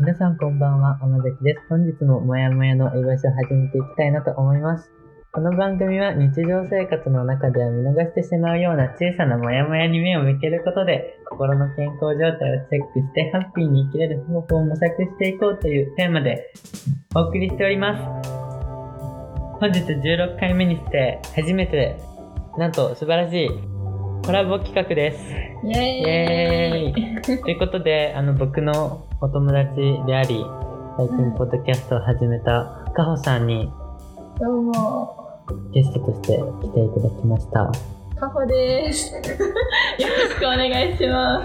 皆さんこんばんは、天崎です。本日ももやもやの居場所を始めていきたいなと思います。この番組は日常生活の中では見逃してしまうような小さなもやもやに目を向けることで、心の健康状態をチェックしてハッピーに生きれる方法を模索していこうというテーマでお送りしております。本日16回目にして初めて、なんと素晴らしいコラボ企画です。イイエーイエ ーイということであの僕のお友達であり最近ポッドキャストを始めたかほさんにどうも、ゲストとして来ていただきましたかほです。よろしくお願いしま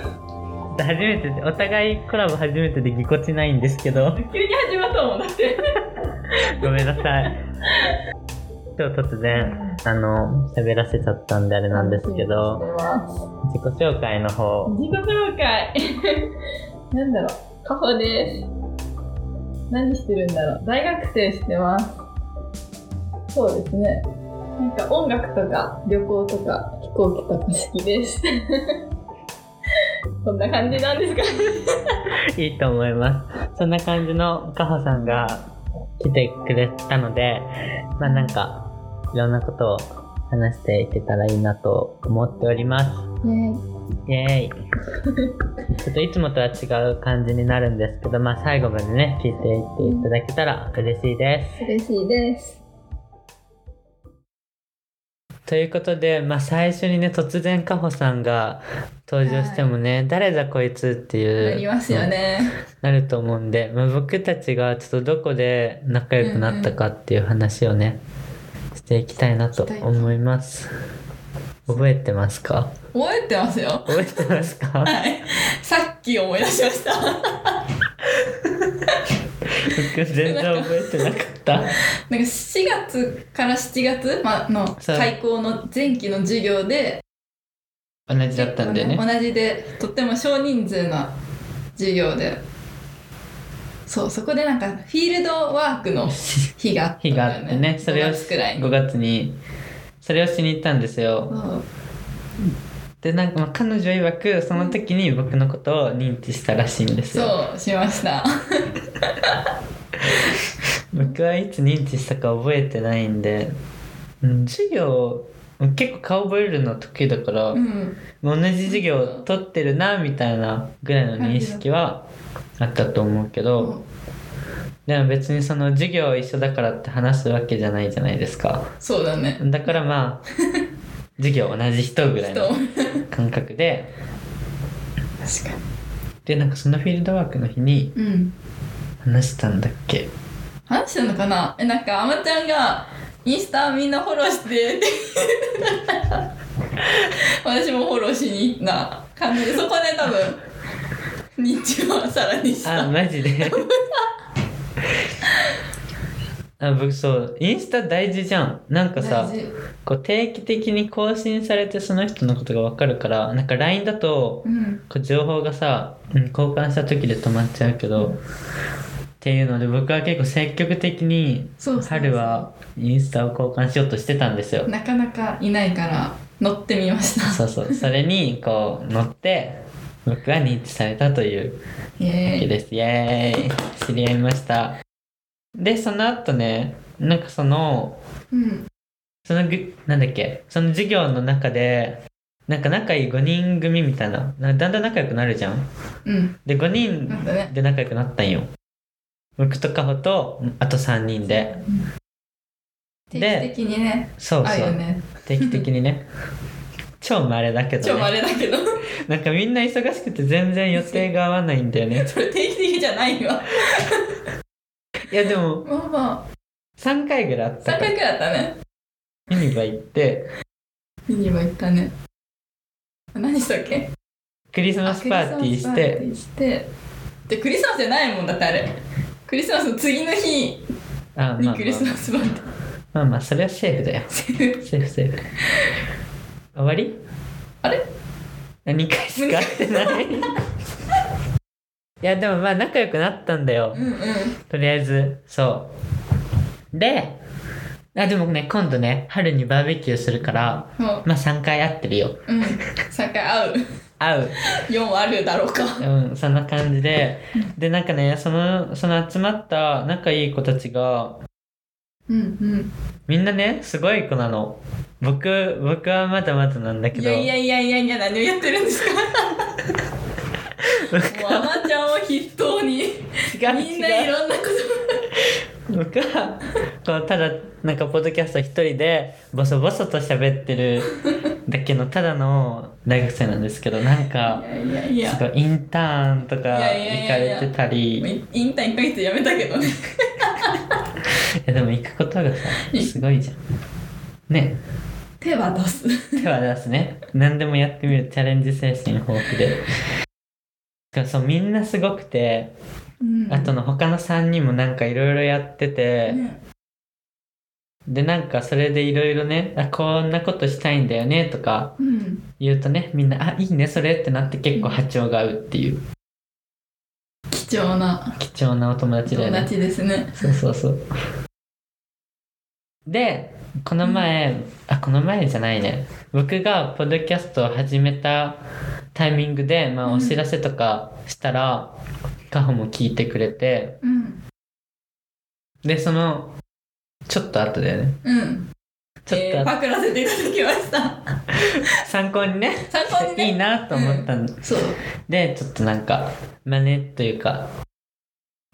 す。初めてでお互いコラボ初めてでぎこちないんですけ ど急に始まったもんだって。ごめんなさい今日突然あの喋らせちゃったんであれなんですけど自己紹介の方自己紹介。なんだろう、かほです。何してるんだろう、大学生してます。そうですね。なんか音楽とか旅行とか飛行機とか好きです。 こんな感じなんですか。いいと思います。そんな感じのかほさんが来てくれたので、まあなんか、いろんなことを話していけたらいいなと思っております。ね、イ エーイ。ちょっといつもとは違う感じになるんですけど、まあ最後までね、聞いていっていただけたら嬉しいです。嬉しいです。ということで、まあ最初にね、突然かほさんが登場してもね、誰だこいつっていう。なりますよね。なると思うんで、まあ、僕たちがちょっとどこで仲良くなったかっていう話をね、していきたいなと思います覚えてますか覚えてますよ。覚えてますかはい、さっき思い出しました僕全然覚えてなかったなんか4月から7月、ま、のそう開校の前期の授業で同じだったんでね同じでとっても少人数の授業でそうそこでなんかフィールドワークの日があったん日がだあよっねてねそれを5月くらいに5月にそれをしに行ったんですよそうでなんかまあ彼女曰くその時に僕のことを認知したらしいんですよそうしました僕はいつ認知したか覚えてないんでうん授業結構顔覚えるの得意だから、うん同じ授業を取ってるなみたいなぐらいの認識はあったと思うけど、でも別にその授業一緒だからって話すわけじゃないじゃないですかそうだねだから まあ授業同じ人ぐらい人の確か感覚でにでなんかそのフィールドワークの日にうん話したんだっけ話してんのかなえなんかあまちゃんがインスタみんなフォローして って言ってたから私もフォローしに行った感じでそこで多分日曜はさらにしあたマジであ僕そうインスタ大事じゃんなんかさ大事こう定期的に更新されてその人のことが分かるからなんか LINE だとうんこう情報がさ、うん、交換した時で止まっちゃうけど、っていうので僕は結構積極的にそうそうそう春はインスタを交換しようとしてたんですよ。なかなかいないから乗ってみましたそうそうそれにこう乗って僕は認知されたというイわけエーイです。イエーイ知り合いました。でその後ねなんかそのうんそのぐなんだっけその授業の中でなんか仲いい5人組みたいななだんだん仲良くなるじゃんうんで5なっ人たねで仲良くなったんよ僕とカホとあと3人で定で期的にねそうあるそようね定期的に ね超稀だけ超どあねれだけど なんかみんな忙しくて全然予定が合わないんだよね それ定期的じゃないわいやでもまあま3回ぐらいあっあた3か回らくらいだったねユニバ行って見には行ったね何したっけクリスマスパーティーしクリスマスパーテてィーしてでクリスマスじゃないもんだってあれクリスマスの次の日あまあまにあクリスマスパーティーまあまあそれはセーフだよしてるセーフセーフ終わりあれ何回しか会ってないい やでもまあ仲良くなったんだようんうんとりあえずそうであでもね今度ね春にバーベキューするからそうまあ3回会ってるようん3回会う合う4あるだろうか。うん、そんな感じで。で、なんかね、その、その集まった仲いい子たちが、うんみんなね、すごい子なの。僕、僕はまだまだなんだうけん。いど、やいやいやいやいや、何をやってるんですかもう、あまちゃんを筆頭に、違うみんないろんなこと。僕は、こう、ただ、なんか、ポッドキャスト一人で、ボソボソと喋ってるだけの、ただの大学生なんですけど、なんか、いやいやいすや。ごいインターンとかいやいや行いかやいれやてたり、いインターン1ヶ月やめたけどね。や、でも行くことがさ、すごいじゃん。ね。手は出す。ではですね何でもやってみるチャレンジ精神豊富でだからそうみんなすごくてうんあとの他の3人もなんかいろいろやっててねでなんかそれでいろいろねあこんなことしたいんだよねとかうん。言うとねみんな「あいいねそれ」ってなって結構波長が合うっていう貴重な貴重なお友達だ友よね達ですね。そうそうそうでこの前、あこの前じゃないね僕がポッドキャストを始めたタイミングで、まあ、うんお知らせとかしたら、カホも聞いてくれてうん。でそのちょっと後だよねうん。ちょっえとー後、パクらせていただきました。参考にね参考にね。 いいなと思ったんで,、そう。でちょっとなんか真似というか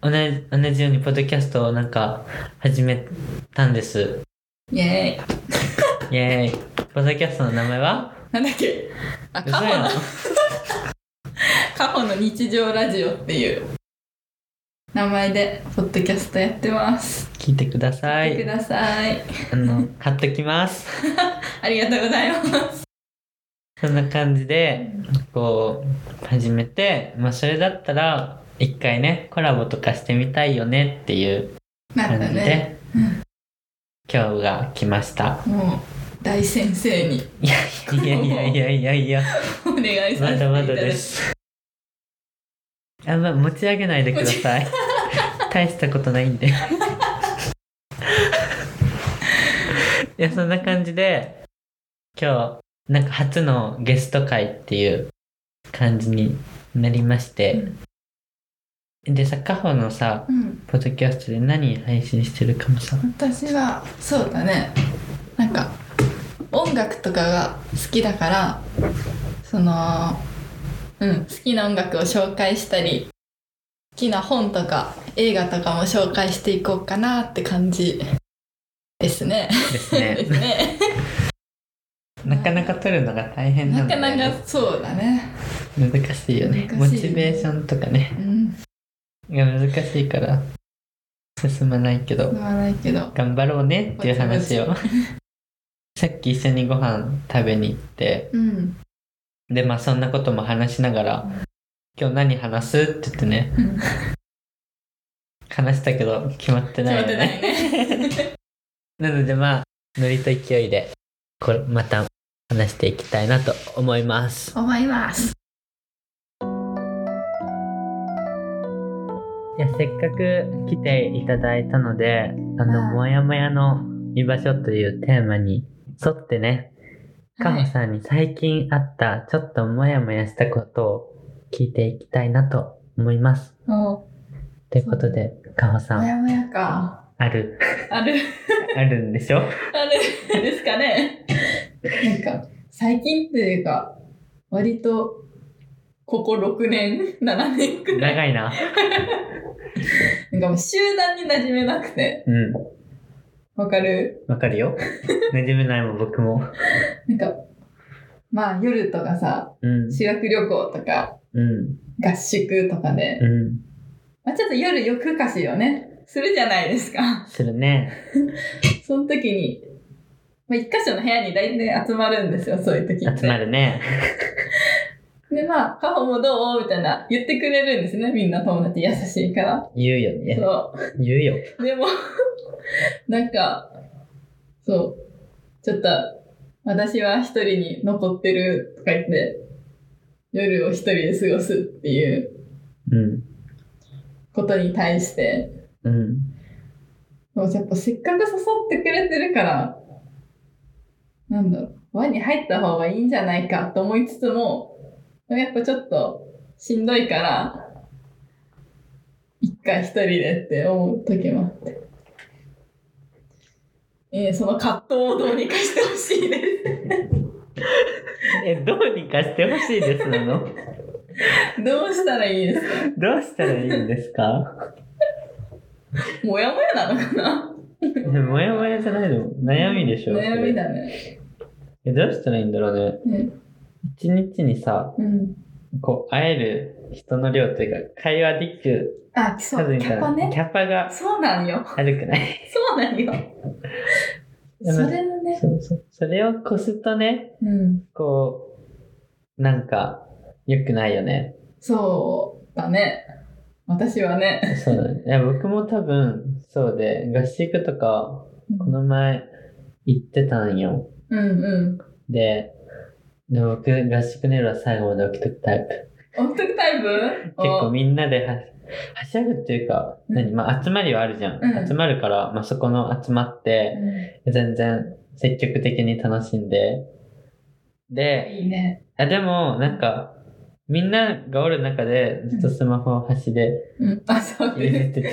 同じ同じようにポッドキャストをなんか始めたんですイエーイ。イエーイポッドキャストの名前はなんだっけあ、嘘カホやのん、カホの日常ラジオっていう名前で、ポッドキャストやってます。聞いてくださ見ていください。あの貼っときますありがとうございます。そんな感じでこう始めてまあそれだったら一回ねコラボとかしてみたいよねっていうな感んだじで、ね。今日が来ましたもう、大先生にいやいやいやいやいやいやお願いさませていただまだきだでます。すあんま持ち上げないでくださ い大したことないんでいやそんな感じで今日なんか初のゲスト会っていう感じになりまして、でさカホのさうん。ポッドキャストで何配信してるかもさ私は、そうだね。なんか、音楽とかが好きだから、その、うん、好きな音楽を紹介したり、好きな本とか映画とかも紹介していこうかなって感じですね。です ですねね。なかなか撮るのが大変ななんだかよねなかそうだね。難しいよねモ難しいチベーションとかねうん。が難しいから進まないけど言わないけど。頑張ろうねっていう話 をぼさっき一緒にご飯食べに行ってうん。でまあそんなことも話しながら「今日何話す?」って言ってねうん話したけど決まって決ないまっよてねないね。なのでまあノリと勢いでこれまた話していきたいなと思います思います。いやせっかく来ていただいたのであの「もはいやもやの居場所」というテーマに沿ってねかはほい。さんに最近あったちょっともやもやしたことを聞いていきたいなと思います。もということでかほう、さもんやもやか。あるある。あるんでしょあれですかね。なんか、最近っていうか、割と、ここ6年、7年くら 長い。いな。なんかもう集団に馴染めなくて、うん。わかるわかる よ。馴染めないもん僕も。なんか、まあ夜とかさ、うん。修学旅行とか、うん。合宿とかで、うん。まあちょっと夜夜更かしをね、するじゃないですか。するね。その時に、まあ一箇所の部屋に大体集まるんですよ、そういう時って。集まるね。で、まあ、カホもどうみたいな言ってくれるんですね、みんな友達優しいから。言うよね。そ言うよ。う。でも、 なんか、そう、ちょっと、私は一人に残ってるとか言って、夜を一人で過ごすっていううん。ことに対して、うん。もうやっぱせっかく誘ってくれてるから、なんだろう、輪に入った方がいいんじゃないかと思いつつも、でもやっぱちょっとしんどいから、一回一人でって思う時もあって。えーその葛藤をどうにかしてほしいでえ、どうにかしてほしいですな のす。 どうしたらいいですかどうしたらいいんですか もやもやなのかなえもやもやじゃないの悩みでしょ悩みそれだね。え、どうしたらいいんだろうね。うん一日にさ、うん。こう、会える人の量というか、会話できるあ、そう、数みキたいャパな、ね。キャパがそうなんよ。悪くない。そうなんよ。でもそれのね、そうそう。それを越すとね、うん。こう、なんか、良くないよね。そうだね。私はね。そうだね。いや僕も多分、そうで、合宿とか、この前、行ってたんよ。うんうん。で、で僕、合宿の夜は最後まで起きとくタイプ。オフトクタイプ結構みんなではし、はしゃぐっていうか、うん何、まあ、集まりはあるじゃん。うん集まるから、まあ、そこの集まって、全然積極的に楽しんで。うんで、いいね。あでも、なんか、みんながおる中で、ずっとスマホを端でうん。あ、そう入れね。てて。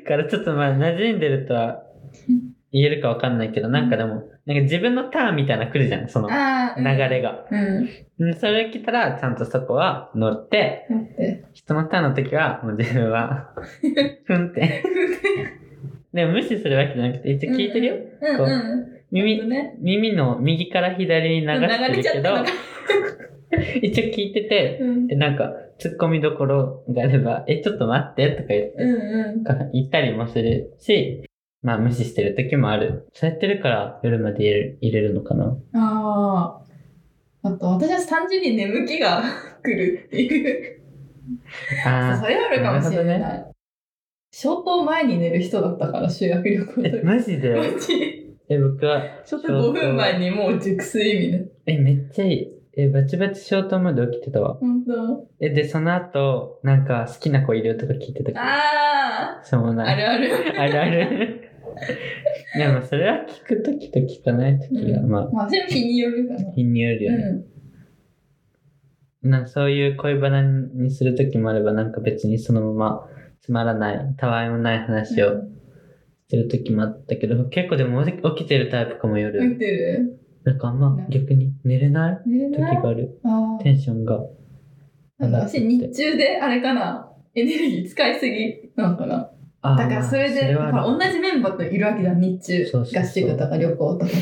からちょっとまあ、馴染んでるとは言えるかわかんないけど、なんかでも、なんか自分のターンみたいなの来るじゃん、その ああ。流れが。うん。うんそれ来たら、ちゃんとそこは乗って、待って。人のターンの時は、もう自分は、 ふんって。でも無視するわけじゃなくて、一応聞いてるよ。うんこううん。耳、ね。耳の右から左に流流してるれちゃっけたどのか、。一応聞いてて、うんで、なんか、突っ込みどころがあれば、え、ちょっと待ってとか言って、うんうん。言ったりもするし、まあ無視してる時もある。そうやってるから、夜まで入れる入れるのか な。ああ。あと、私は単純に眠気が来るっていう。あそれはあるかもしれない。消灯前に寝る人だったから、修学旅行ー。え、で。マジで マジえ、僕は、ちょっと5分前にもう熟睡みたえ、いな。めっちゃいい。え、バチバチ消灯まで起きてたわ。本当。え、で、その後、なんか好きな子いるとか聞いてたけど、あそうもあ、なあい。るある。あるある。 でも、それは聞くときと聞かないときが、うんまあ、まあ、それも日によるかな。日によるよね。うなんかそういう恋バナにするときもあれば、なんか別にそのままつまらない、たわいもない話をん。してるときもあったけど、結構でも起きてるタイプかも夜。見てるなんかあんま逆に寝れない寝時れがないある。あテンションが。あ。なんか私、日中であれかな。エネルギー使いすぎなのかな。あーだからそれで、はあやるっぱ同じメンバーといるわけじゃん、日中。そうそうそう合宿とか旅行とか。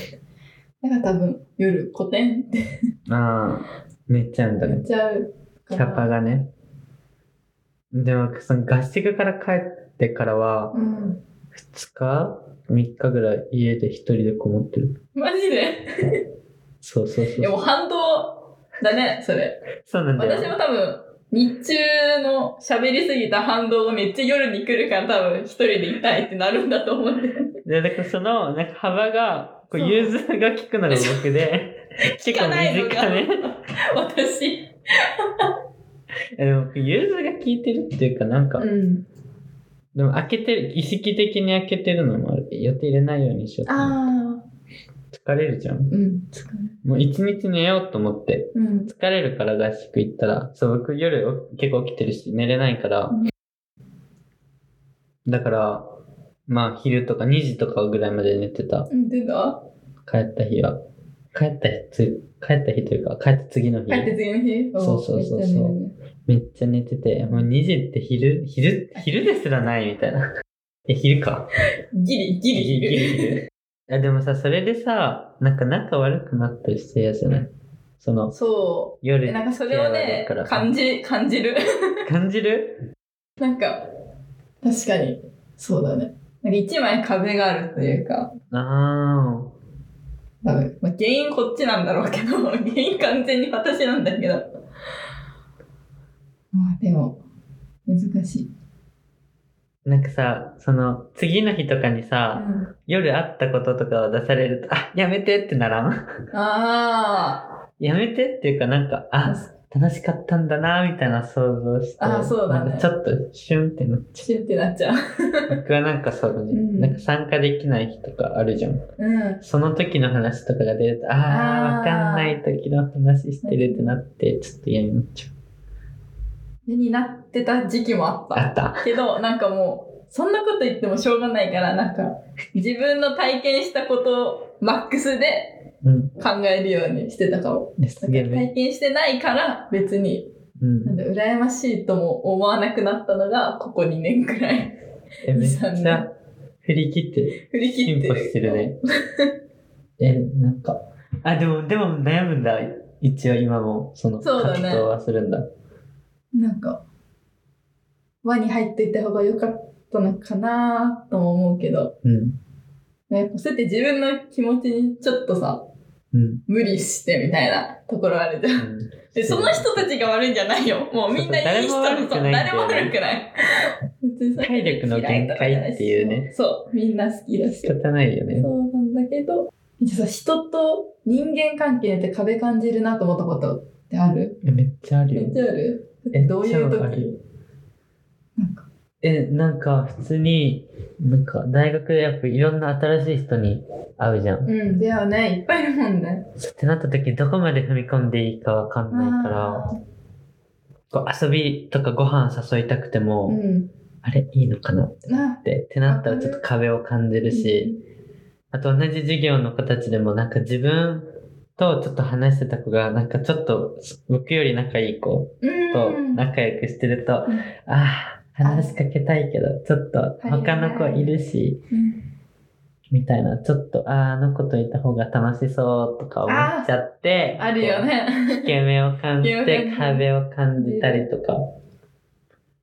だから多分、夜、古典ってああ、寝ちゃうんだねやっ。ちゃうキかな。ャパがね。でも、その合宿から帰ってからは、うん。 2日 ?3 日ぐらい家で一人でこもってる。マジでそうそうそいや、もう。う反動だね、それ。そうなんだ私よ。も多分、日中の喋りすぎた反動がめっちゃ夜に来るから多分一人でいたいってなるんだと思って。で、だからその、なんか幅が、こう、そう融通が利くのが僕 で、結構のが短め。私。 でも僕、融通が効いてるっていうか、なんか、ん。でも開けてる、意識的に開けてるのもある。予定入れないようにしようと思っああ。て。疲れるじゃん。うん。もう一日寝ようと思って。うん。疲れるから合宿行ったら、そう、僕夜お結構起きてるし、寝れないからう、だから、まあ昼とか2時とかぐらいまで寝てた。うん。出た帰った日は。帰った日つ、帰った日というか、帰った次の日帰。って次の日そうそうそうそうめっちめっちゃゃ寝るね寝てて、もう2時って昼、昼、昼ですらないみたいな。 え、昼か。ギリギリギリギリ昼。いやでもさ、それでさ、なんか仲悪くなったりして嫌じゃないその、そ夜う。え、なんかそれを付きね合い悪いから、さ感じ、感じ る。感じるなんか、確かに、そうだね。なんか一枚壁があるというか、あー。多分、まあ、原因こっちなんだろうけど、 原因完全に私なんだけど。まあでも、難しい。なんかさ、その、次の日とかにうさ、ん夜会ったこととかを出されると、あ、やめてってならんあやめてっていうかなんか、あ、あ、楽しかったんだなみたいな想像してあそうだねなんかちょっとシュンってなっちシュンってなっちゃう。ゃう僕はなんかそうだね、うんなんか参加できない日とかあるじゃんうん。その時の話とかが出るとあああーわかんない時の話してるってなってちょっと嫌になっちゃう絵になってた時期もあった。あったけどなんかもうそんなこと言ってもしょうがないからなんか自分の体験したことをマックスでうん考えるようにしてたかもですげえね体験してないから別にうんなんだ羨ましいとも思わなくなったのがここ2年くらいえめっち23ゃ振り切って振り切進って歩してるねえなんかあでもでも悩むんだ一応今もそのそうだね活動はするんだなんか輪に入っていた方が良かったのかなとも思うけどうんねこうそうやって自分の気持ちにちょっとさうん無理してみたいなところあるじゃんで、その人たちが悪いんじゃないよ。もうみんないい人そうそう誰も悪くないんだよね誰も悪 くない。別にそう体力の限界っていうね。そう、みんな好きだし。仕そう方ないよねなんだけど、じゃあさ、人と人間関係って壁感じるなと思ったことってあるえめっちゃあるめよっちゃあるえどういう超ある時なんか、えなんか普通になんか大学でやっぱいろんな新しい人に会うじゃんうん、出会うね。いっぱいいるもんね。ってなった時どこまで踏み込んでいいかわかんないからあこう遊びとかご飯誘いたくてーも、うん。あれいいのかなっなてってなったらちょっと壁を感じるし、あと同じ授業の子たちでもなんか自分とちょっと話してた子がなんかちょっと僕より仲いい子うん。と仲良くしてると、うんああ話しかけたいけどちょっと他の子いるし、うんみたいなちょっとあああの子といた方が楽しそうとか思っちゃってあるよこうね。引け目を感じ引け目をて感じ壁を感じたりとか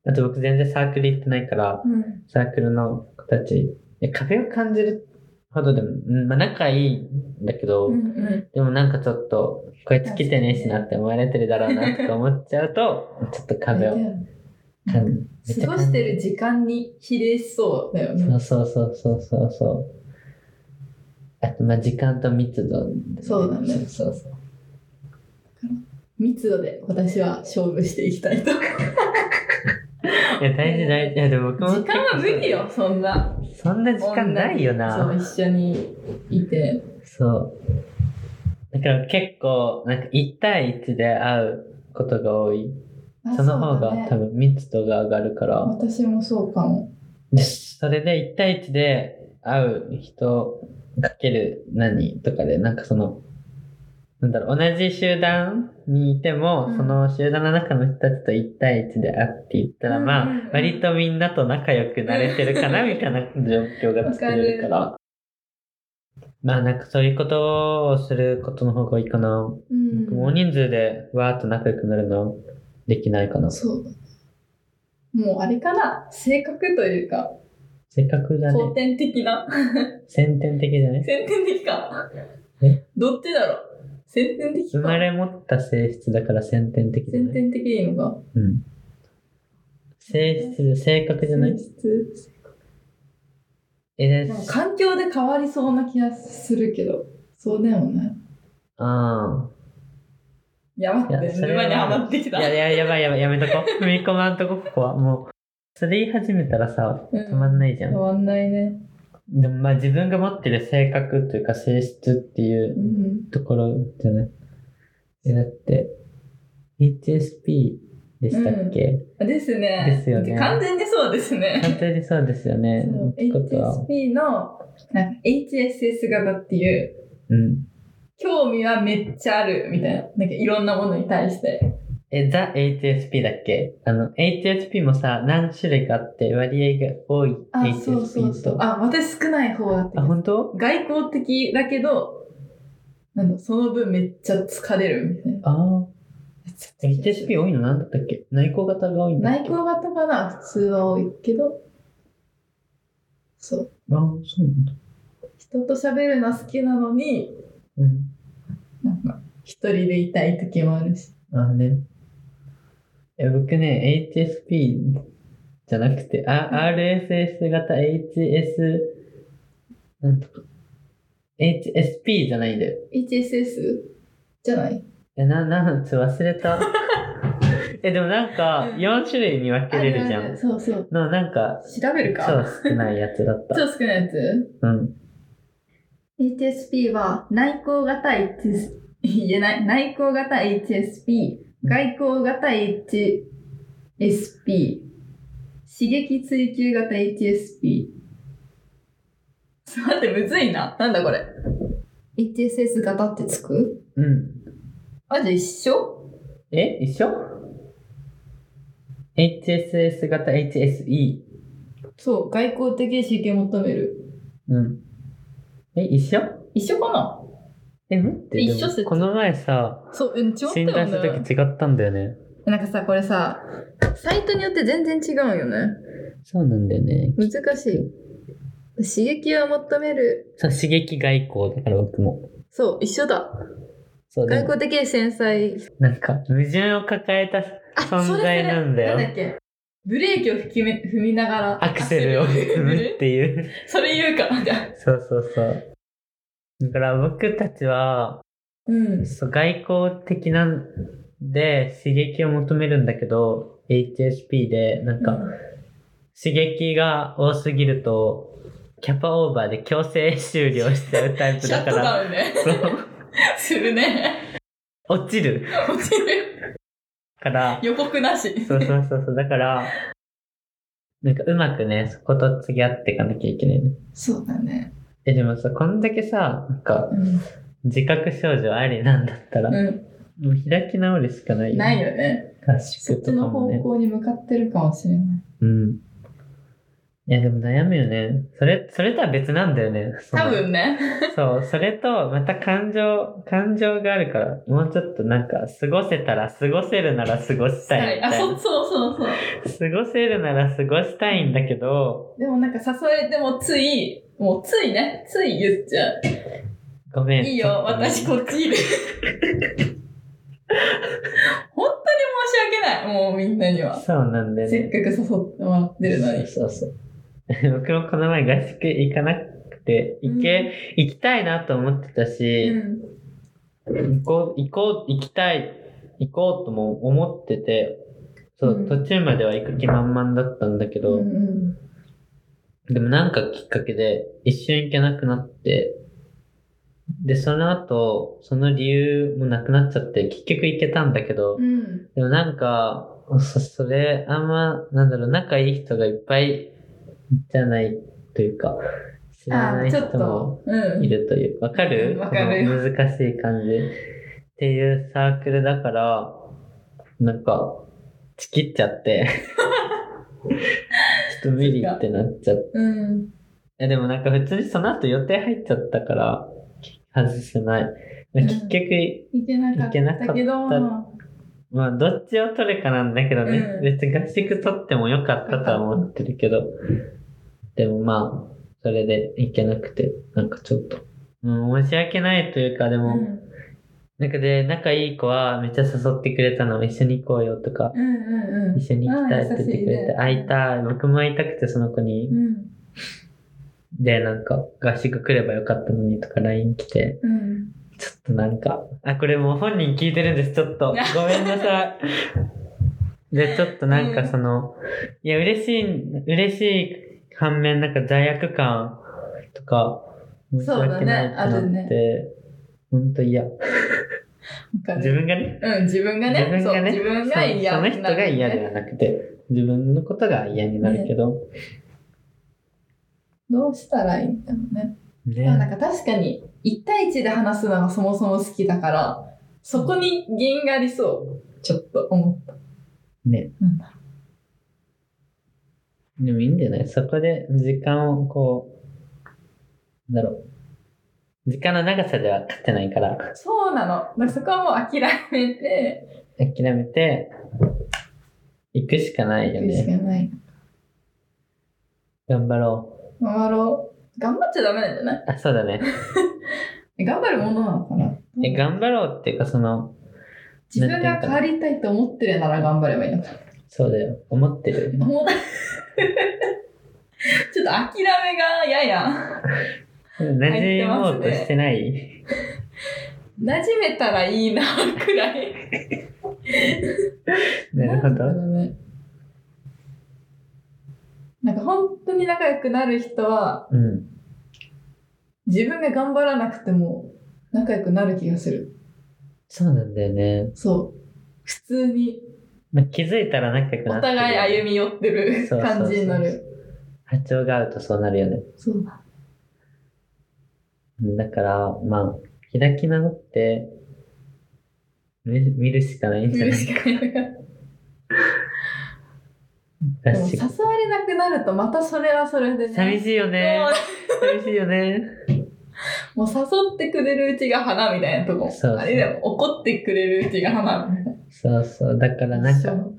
あと僕全然サークル行ってないからうん。サークルの子たちいや壁を感じるほどでも、うんまあ、仲いいんだけど、うんうん。でもなんかちょっと、こいつ来てねえしなって思われてるだろうなとか思っちゃうと、ちょっと壁を出会う感じ。めっち過ゃ感ごじしてる時間に比例しそうだよね。そうそうそうそうそうそう。あと、まあ時間と密度、そうだねそうそう。密度で私は勝負していきたいと。いや、大事大事。いや、でも僕も。 時間は無理。よ、そんな。そんな時間ないよそう、な。一緒にいて。そう。だから結構、なんか1対1で会うことが多い。あその方が、うだね多分密度が上がるから。私もそうかも。で、それで1対1で会う人かける何とかで、なんかその、なんだろう、同じ集団にいても、うんその集団の中の人たちと1対1で会っていったら、まあうんうんうん、割とみんなと仲良くなれてるかな、みたいな状況が作れるから。まあなんかそういうことをすることの方がいいかな。うん僕も大人数でわーっと仲良くなるのはできないかな。そうだね。もうあれかな、性格というか、せっかくだね。後天的な。先天的じゃない先天的かえ。どっちだろう先天的生まか。れ持った性質だから先天的じゃ先ない、天的でいいのか。うん、性質性格じゃない性質えなんかー、環境で変わりそうな気がするけど、そうでもない。あやばっいて、やそれは沼にはまってきあた。いやいややばいやばいやめとこ 踏み込まんとこここはもうそれ言い始めたらさうん止まんないじゃん、変わんないね。。でもまあ自分が持ってる性格というか性質っていううんところじゃないえだって HSP でしたっけ、ですね。ですよね完全にそうです本ね。当にそうですよねそっうてことは HSP のなんか HSS 型っていう、うん興味はめっちゃあるみたいな。なんかいろんなものに対して。え、ザ・ HSP だっけあの、HSP もさ、何種類かあって割合が多い HSP と。あ、そうそうそう。あ、私少ない方だったあ、。本当外交的だけど、なんだ、その分めっちゃ疲れるみたいな。ああ。HSP 多いの何だったっけ内向型が多いんだっけ内向型かな普通は多いけど、そう。あそうなんだ。人と喋るの好きなのに、うん。なんか、一人でいたい時もあるし。あね。え、僕ね、HSP じゃなくて、あ、RSS 型 HS、なんとか。HSP じゃないんだよ。 HSS じゃないえ、な、なんつ忘れ た。え、でもなんかう、ん4種類に分けれるじゃああん。そうそう。の、なんか、調べるか。超少ないやつだった。超少ないやつうん。 ?HSP は内向型 HS、言えない。内向型 HSP、外向型 HSP、刺激追求型 HSP。ちょっと待って、むずいな。なんだこれ。HSS 型ってつくうん。あ、じゃあ一緒え一緒 ?HSS 型 HSE。そう、外交的刺激を求める。うん。え、一緒一緒かなえ、待って。一緒でも説この前さ、そう、うん、違ったよね診断した時違ったんだよね。なんかさ、これさ、サイトによって全然違うよね。そうなんだよね。難しい。刺激を求める。そう、刺激外交だから僕も。そう、一緒だ。そう、で外も交的繊細。なんか、矛盾を抱えたあ存在なんだよそれそれなんだっけブレーキを踏きめ踏みながらアクセルを踏むっていう。それ言うか。じゃあそうそうそう。だから僕たちは、うん。そう外交的なんで刺激を求めるんだけど、HSP で、なんか、刺激が多すぎると、キャパオーバーで強制終了しちゃうタイプシだャッかトら、ダウンね。そうするね。落ちる落ちる。から、予告なし。そうそうそうそう、だから、なんかうまくね、そこと付き合っていかなきゃいけないね。そうだね。え、でもさ、こんだけさ、なんか、うん。自覚症状ありなんだったら、うもう開き直るしかないん。ないよね。合そっ宿ちとのか方もね。向に向かってるかもしれない。うん。いや、でも悩むよね。それ、それとは別なんだよね。その多。分ね。そう、それと、また感情、感情があるから、もうちょっとなんか、過ごせたら、過ごせるなら過ごしたいみあ、たいそうな。そうそうそう。過ごせるなら過ごしたいんだけど、でもなんか誘われてもつい、もうついね、つい言っちゃごめう。ん。いいちょよ、っとね 私こっちいる。本当に申し訳ない、もうみんなには。そうなんだよせっね。かく誘ってもらってるのに。そうそうそう。 僕もこの前合宿行かなくて、行け、行きたいなと思ってたし、うん。行こう、行こう、行きたい、行こうとも思ってて、そう、うん途中までは行く気満々だったんだけうど、んうんでもなんかきっかけで一瞬行けなくなって、で、その後、その理由もなくなっちゃって、結局行けたんだけど、うん。でもなんか、そそれ、あんま、なんだろう、仲いい人がいっぱいじゃないというか、知らあなー、いち人ょっもと。ういん。るという。わかるわかるよこの難しい感じ。っていうサークルだから、なんか、チキっちゃって。 ちょっと無理ってなっちゃって。うん。えでもなんか普通にその後予定入っちゃったから、外せない。結局、いけなかっいけなかったたけど、まあどっちを取るかなんだけどね。うん別に合宿取ってもよかったとは思ってるけど。でもまあ、それでいけなくて、なんかちょっと。うん、申し訳ないというか、でうも、ん。なんかで、仲いい子はめっちゃ誘ってくれたの、一緒に行こうよとか、うんうんうん。一緒に行きたいって言ってくれあー優して、いね会いたい、僕も会いたくてその子にう、ん。で、なんか、合宿来ればよかったのにとか LINE 来て、うん。ちょっとなんか、あ、これもう本人聞いてるんです、ちょっ と。ごめんなさい。で、ちょっとなんうんかその、いや、嬉しい、嬉しい反面、なんか罪悪感とか、申し訳ないってなそうだねあるっねて、ほんと嫌。わか自る。分がね、うん、自分がね。自分がねそう自分が嫌そうその人が嫌ではなくて、自分のことが嫌になるけど。どうしたらいいんだろうね。でもなねんか確かに、1対1で話すのがそもそも好きだから、そこに原因がありそう。ちょっと思った。ねなんだでもいいんじゃないそこで時間をこう、なんだろう。時間の長さでは勝てないから、そうなの。だからそこはもう諦めて、諦めて、行くしかないよ行くしね。かない。頑張ろ。回ろう。頑張っちゃダメなんじゃないうあ、そうだね。え頑張るものなのかなえ、頑張ろうっていうか、その、自分が変わりたいと思ってるなら頑張ればいいのか。そうだよ。思ってる。 もうちょっと諦めがやや。同じ入ってますね思うとしてない。馴染めたらいいな、くらい。なるほなんど。だろうねなんか本当に仲良くなる人は、うん。自分が頑張らなくても仲良くなる気がする。そうなんだよね。そう。普通にまあ、気づいたら仲良くなおってるよね互い歩み寄ってるそうそうそう感じになる。波長が合うとそうなるよね。そうだ。だから、まあ、開き直って、見見るしかないんじゃ許ないしかないでかもし誘。われなくなるとまたそれはそれでね。寂しいよね。寂しいよね。もうもう誘ってくれるうちが花みたいなとこ。そうそうあれでも怒ってくれるうちが花みたいそうそう。だからな。なんそか、う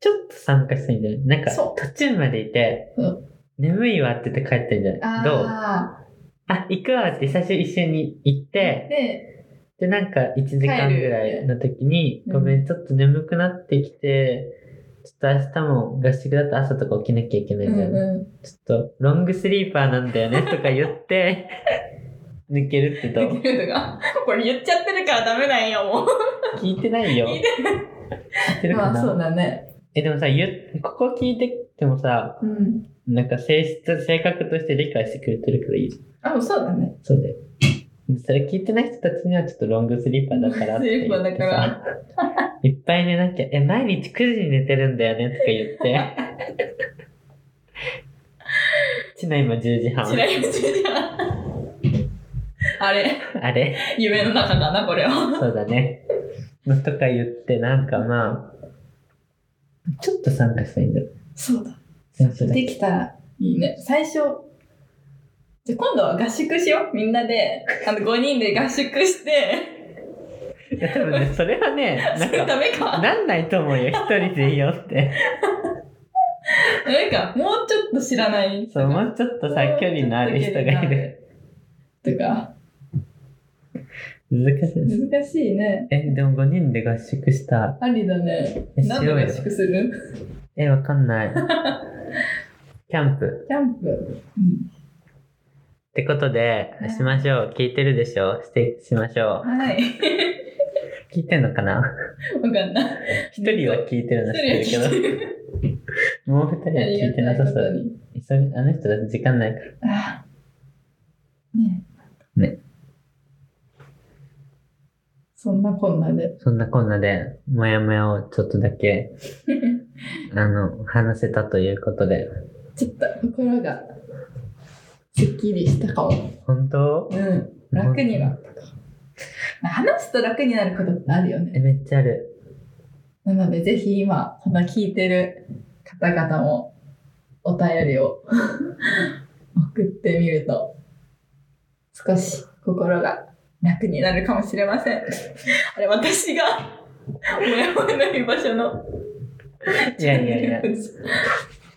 ちょっと参加したいんじゃないなんか、そ途中までいて、う眠いわって言って帰ってんじゃないどうああ、行くわって最初一緒に行っーて、で、で、なんか1時間ぐらいの時に、帰るごめん、ちょっと眠くなってきて、ちょっと明日も合宿だと朝とか起きなきゃいけないうんじゃん。うちょっと、ロングスリーパーなんだよ ねとか言って、抜けるってどん。うできるとか、 これ言っちゃってるからダメなんよ、もう。聞いてないよ。聞い聞いてるかまあな、そうだね。え、でもさ、言っここ聞いててもさ、うん。なんか性質、性格として理解してくれてるからいいじゃん。あ、そうだ ね。そうだよ。それ聞いてない人たちにはちょっとロングスリーパーだからって言ってロングスリーパーさ、いっぱい寝なきゃ、え、毎日9時に寝てるんだよねとか言って。ちな今10時半ち。なみにじゃあ。あれ、あれ夢の中だな、これは。そうだね。とか言って、なんかまあ、ちょっと参加したいんだよ。そうだ。先生だできたらいいね。最初。じゃあ今度は合宿しよう。みんなで、あの、5人で合宿して、いや、多分ね、それはね、それなんダか、メか。なんないと思うよ。一人でいいよって。なんか、もうちょっと知らない人そう、が。もうちょっとさ、距離のある人がいる。とか、難しい。難しいね。え、でも5人で合宿した。ありだね。え、し何ようでよ合。宿するえ、わかん ない。キャンプ。キャンプ。うんってことで、はいしましょう。聞いてるでしょして、しましょはい。う。聞いてんのか なわかんない。一人は聞いてるの知ってる一人けは聞いてど、る。もう二人は聞いてなさそう。急ぎあの人だと時間ないから。あねえねそんなこんなでそんなこんなで、もやもやをちょっとだ け、あの、話せたということで。ちょっと心がすっきりしたかも、本当うん、楽になったかも話すと楽になることってあるよえ、ねめっちゃある。なのでぜひ今この聞いてる方々もお便りを 送ってみると少し心が楽になるかもしれませんあれ私がもやもやの居場所のいやいやい や、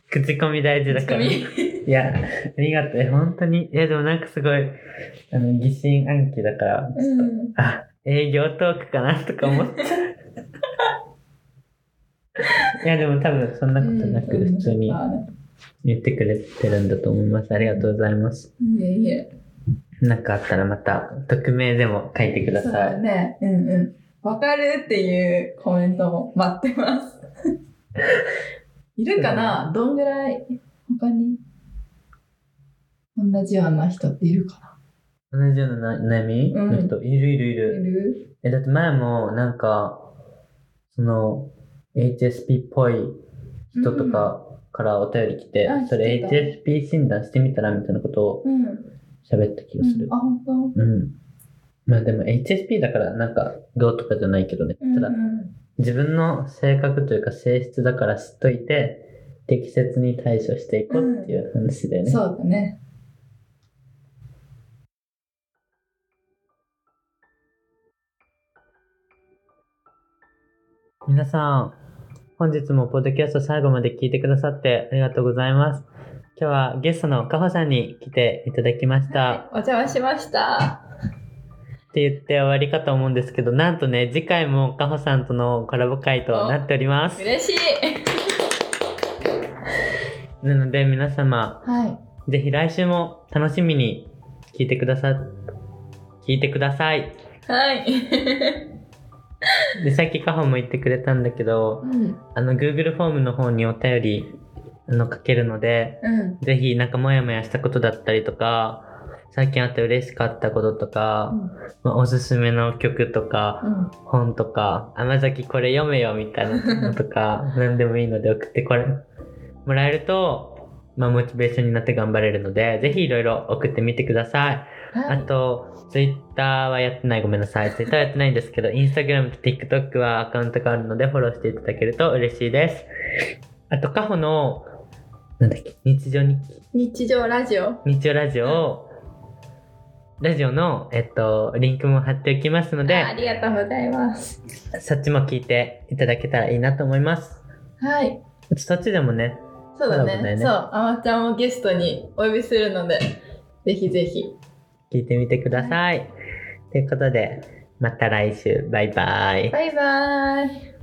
口コミ大事だから。いや、ありがとう。本当に。いや、でもなんかすごい、あの、疑心暗鬼だから、うん。あ、営業トークかなとか思っちゃう。いや、でも多分そんなことなく普通にまあね言ってくれてるんだと思います。ありがとうございます。いえいえ。なんかあったらまた、匿名でも書いてくだそうさだい。ね。うんうん。わかるっていうコメントも待って ます。いるかなどんぐらい他に同じような人っているか同じような悩みうんの人、いるいるいなるい。るえ、だって前も、なんか、その、HSP っぽい人とかからお便り来て、うんあそれ来 HSP 診断してみたらみたいなことをうん。喋った気うがすんる。あ、本当うん。まあでも HSP だから、なんか、どうとかじゃないけどね。うんただ、うん自分の性格というか性質だから知っといて、適切に対処していこうっていう話だよね。そうだね。皆さん、本日もポッドキャスト最後まで聞いてくださってありがとうございます。今日はゲストのかほさんに来ていただきました。お邪魔しました。って言って終わりかと思うんですけど、なんとね、次回もかほさんとのコラボ会となっております。嬉しい。なので皆様、はい。ぜひ来週も楽しみに聞いてくださ、聞いてください。はい。で、さっきカホも言ってくれたんだけど、うん。あの、Google フォームの方にお便り、あの、書けるので、うん。ぜひ、なんか、もやもやしたことだったりとか、最近あって嬉しかったこととか、まあ、おすすめの曲とか、うん。本とか、甘崎これ読めよみたいなのとか、 何でもいいので送ってこれ、もらえると、まあ、モチベーションになって頑張れるので、ぜひいろいろ送ってみてください。はあい。と、ツイッターはやってない、ごめんなさい。ツイッターはやってないんですけど、インスタグラムと TikTok はアカウントがあるので、フォローしていただけると嬉しいです。あと、カホの、なんだっけ、日常に、日常ラジオ。日曜ラジオを、ラジオの、えっと、リンクも貼っておきますのああで、りがとうございます。そっちも聞いていただけたらいいなと思います。はい。あとそっちでもね、そうだそうだよね。ねそう、あまちゃんをゲストにお呼びするので、ぜひぜひ。聞いてみてください。ということで、また来週、バイバイ。バイバーイ。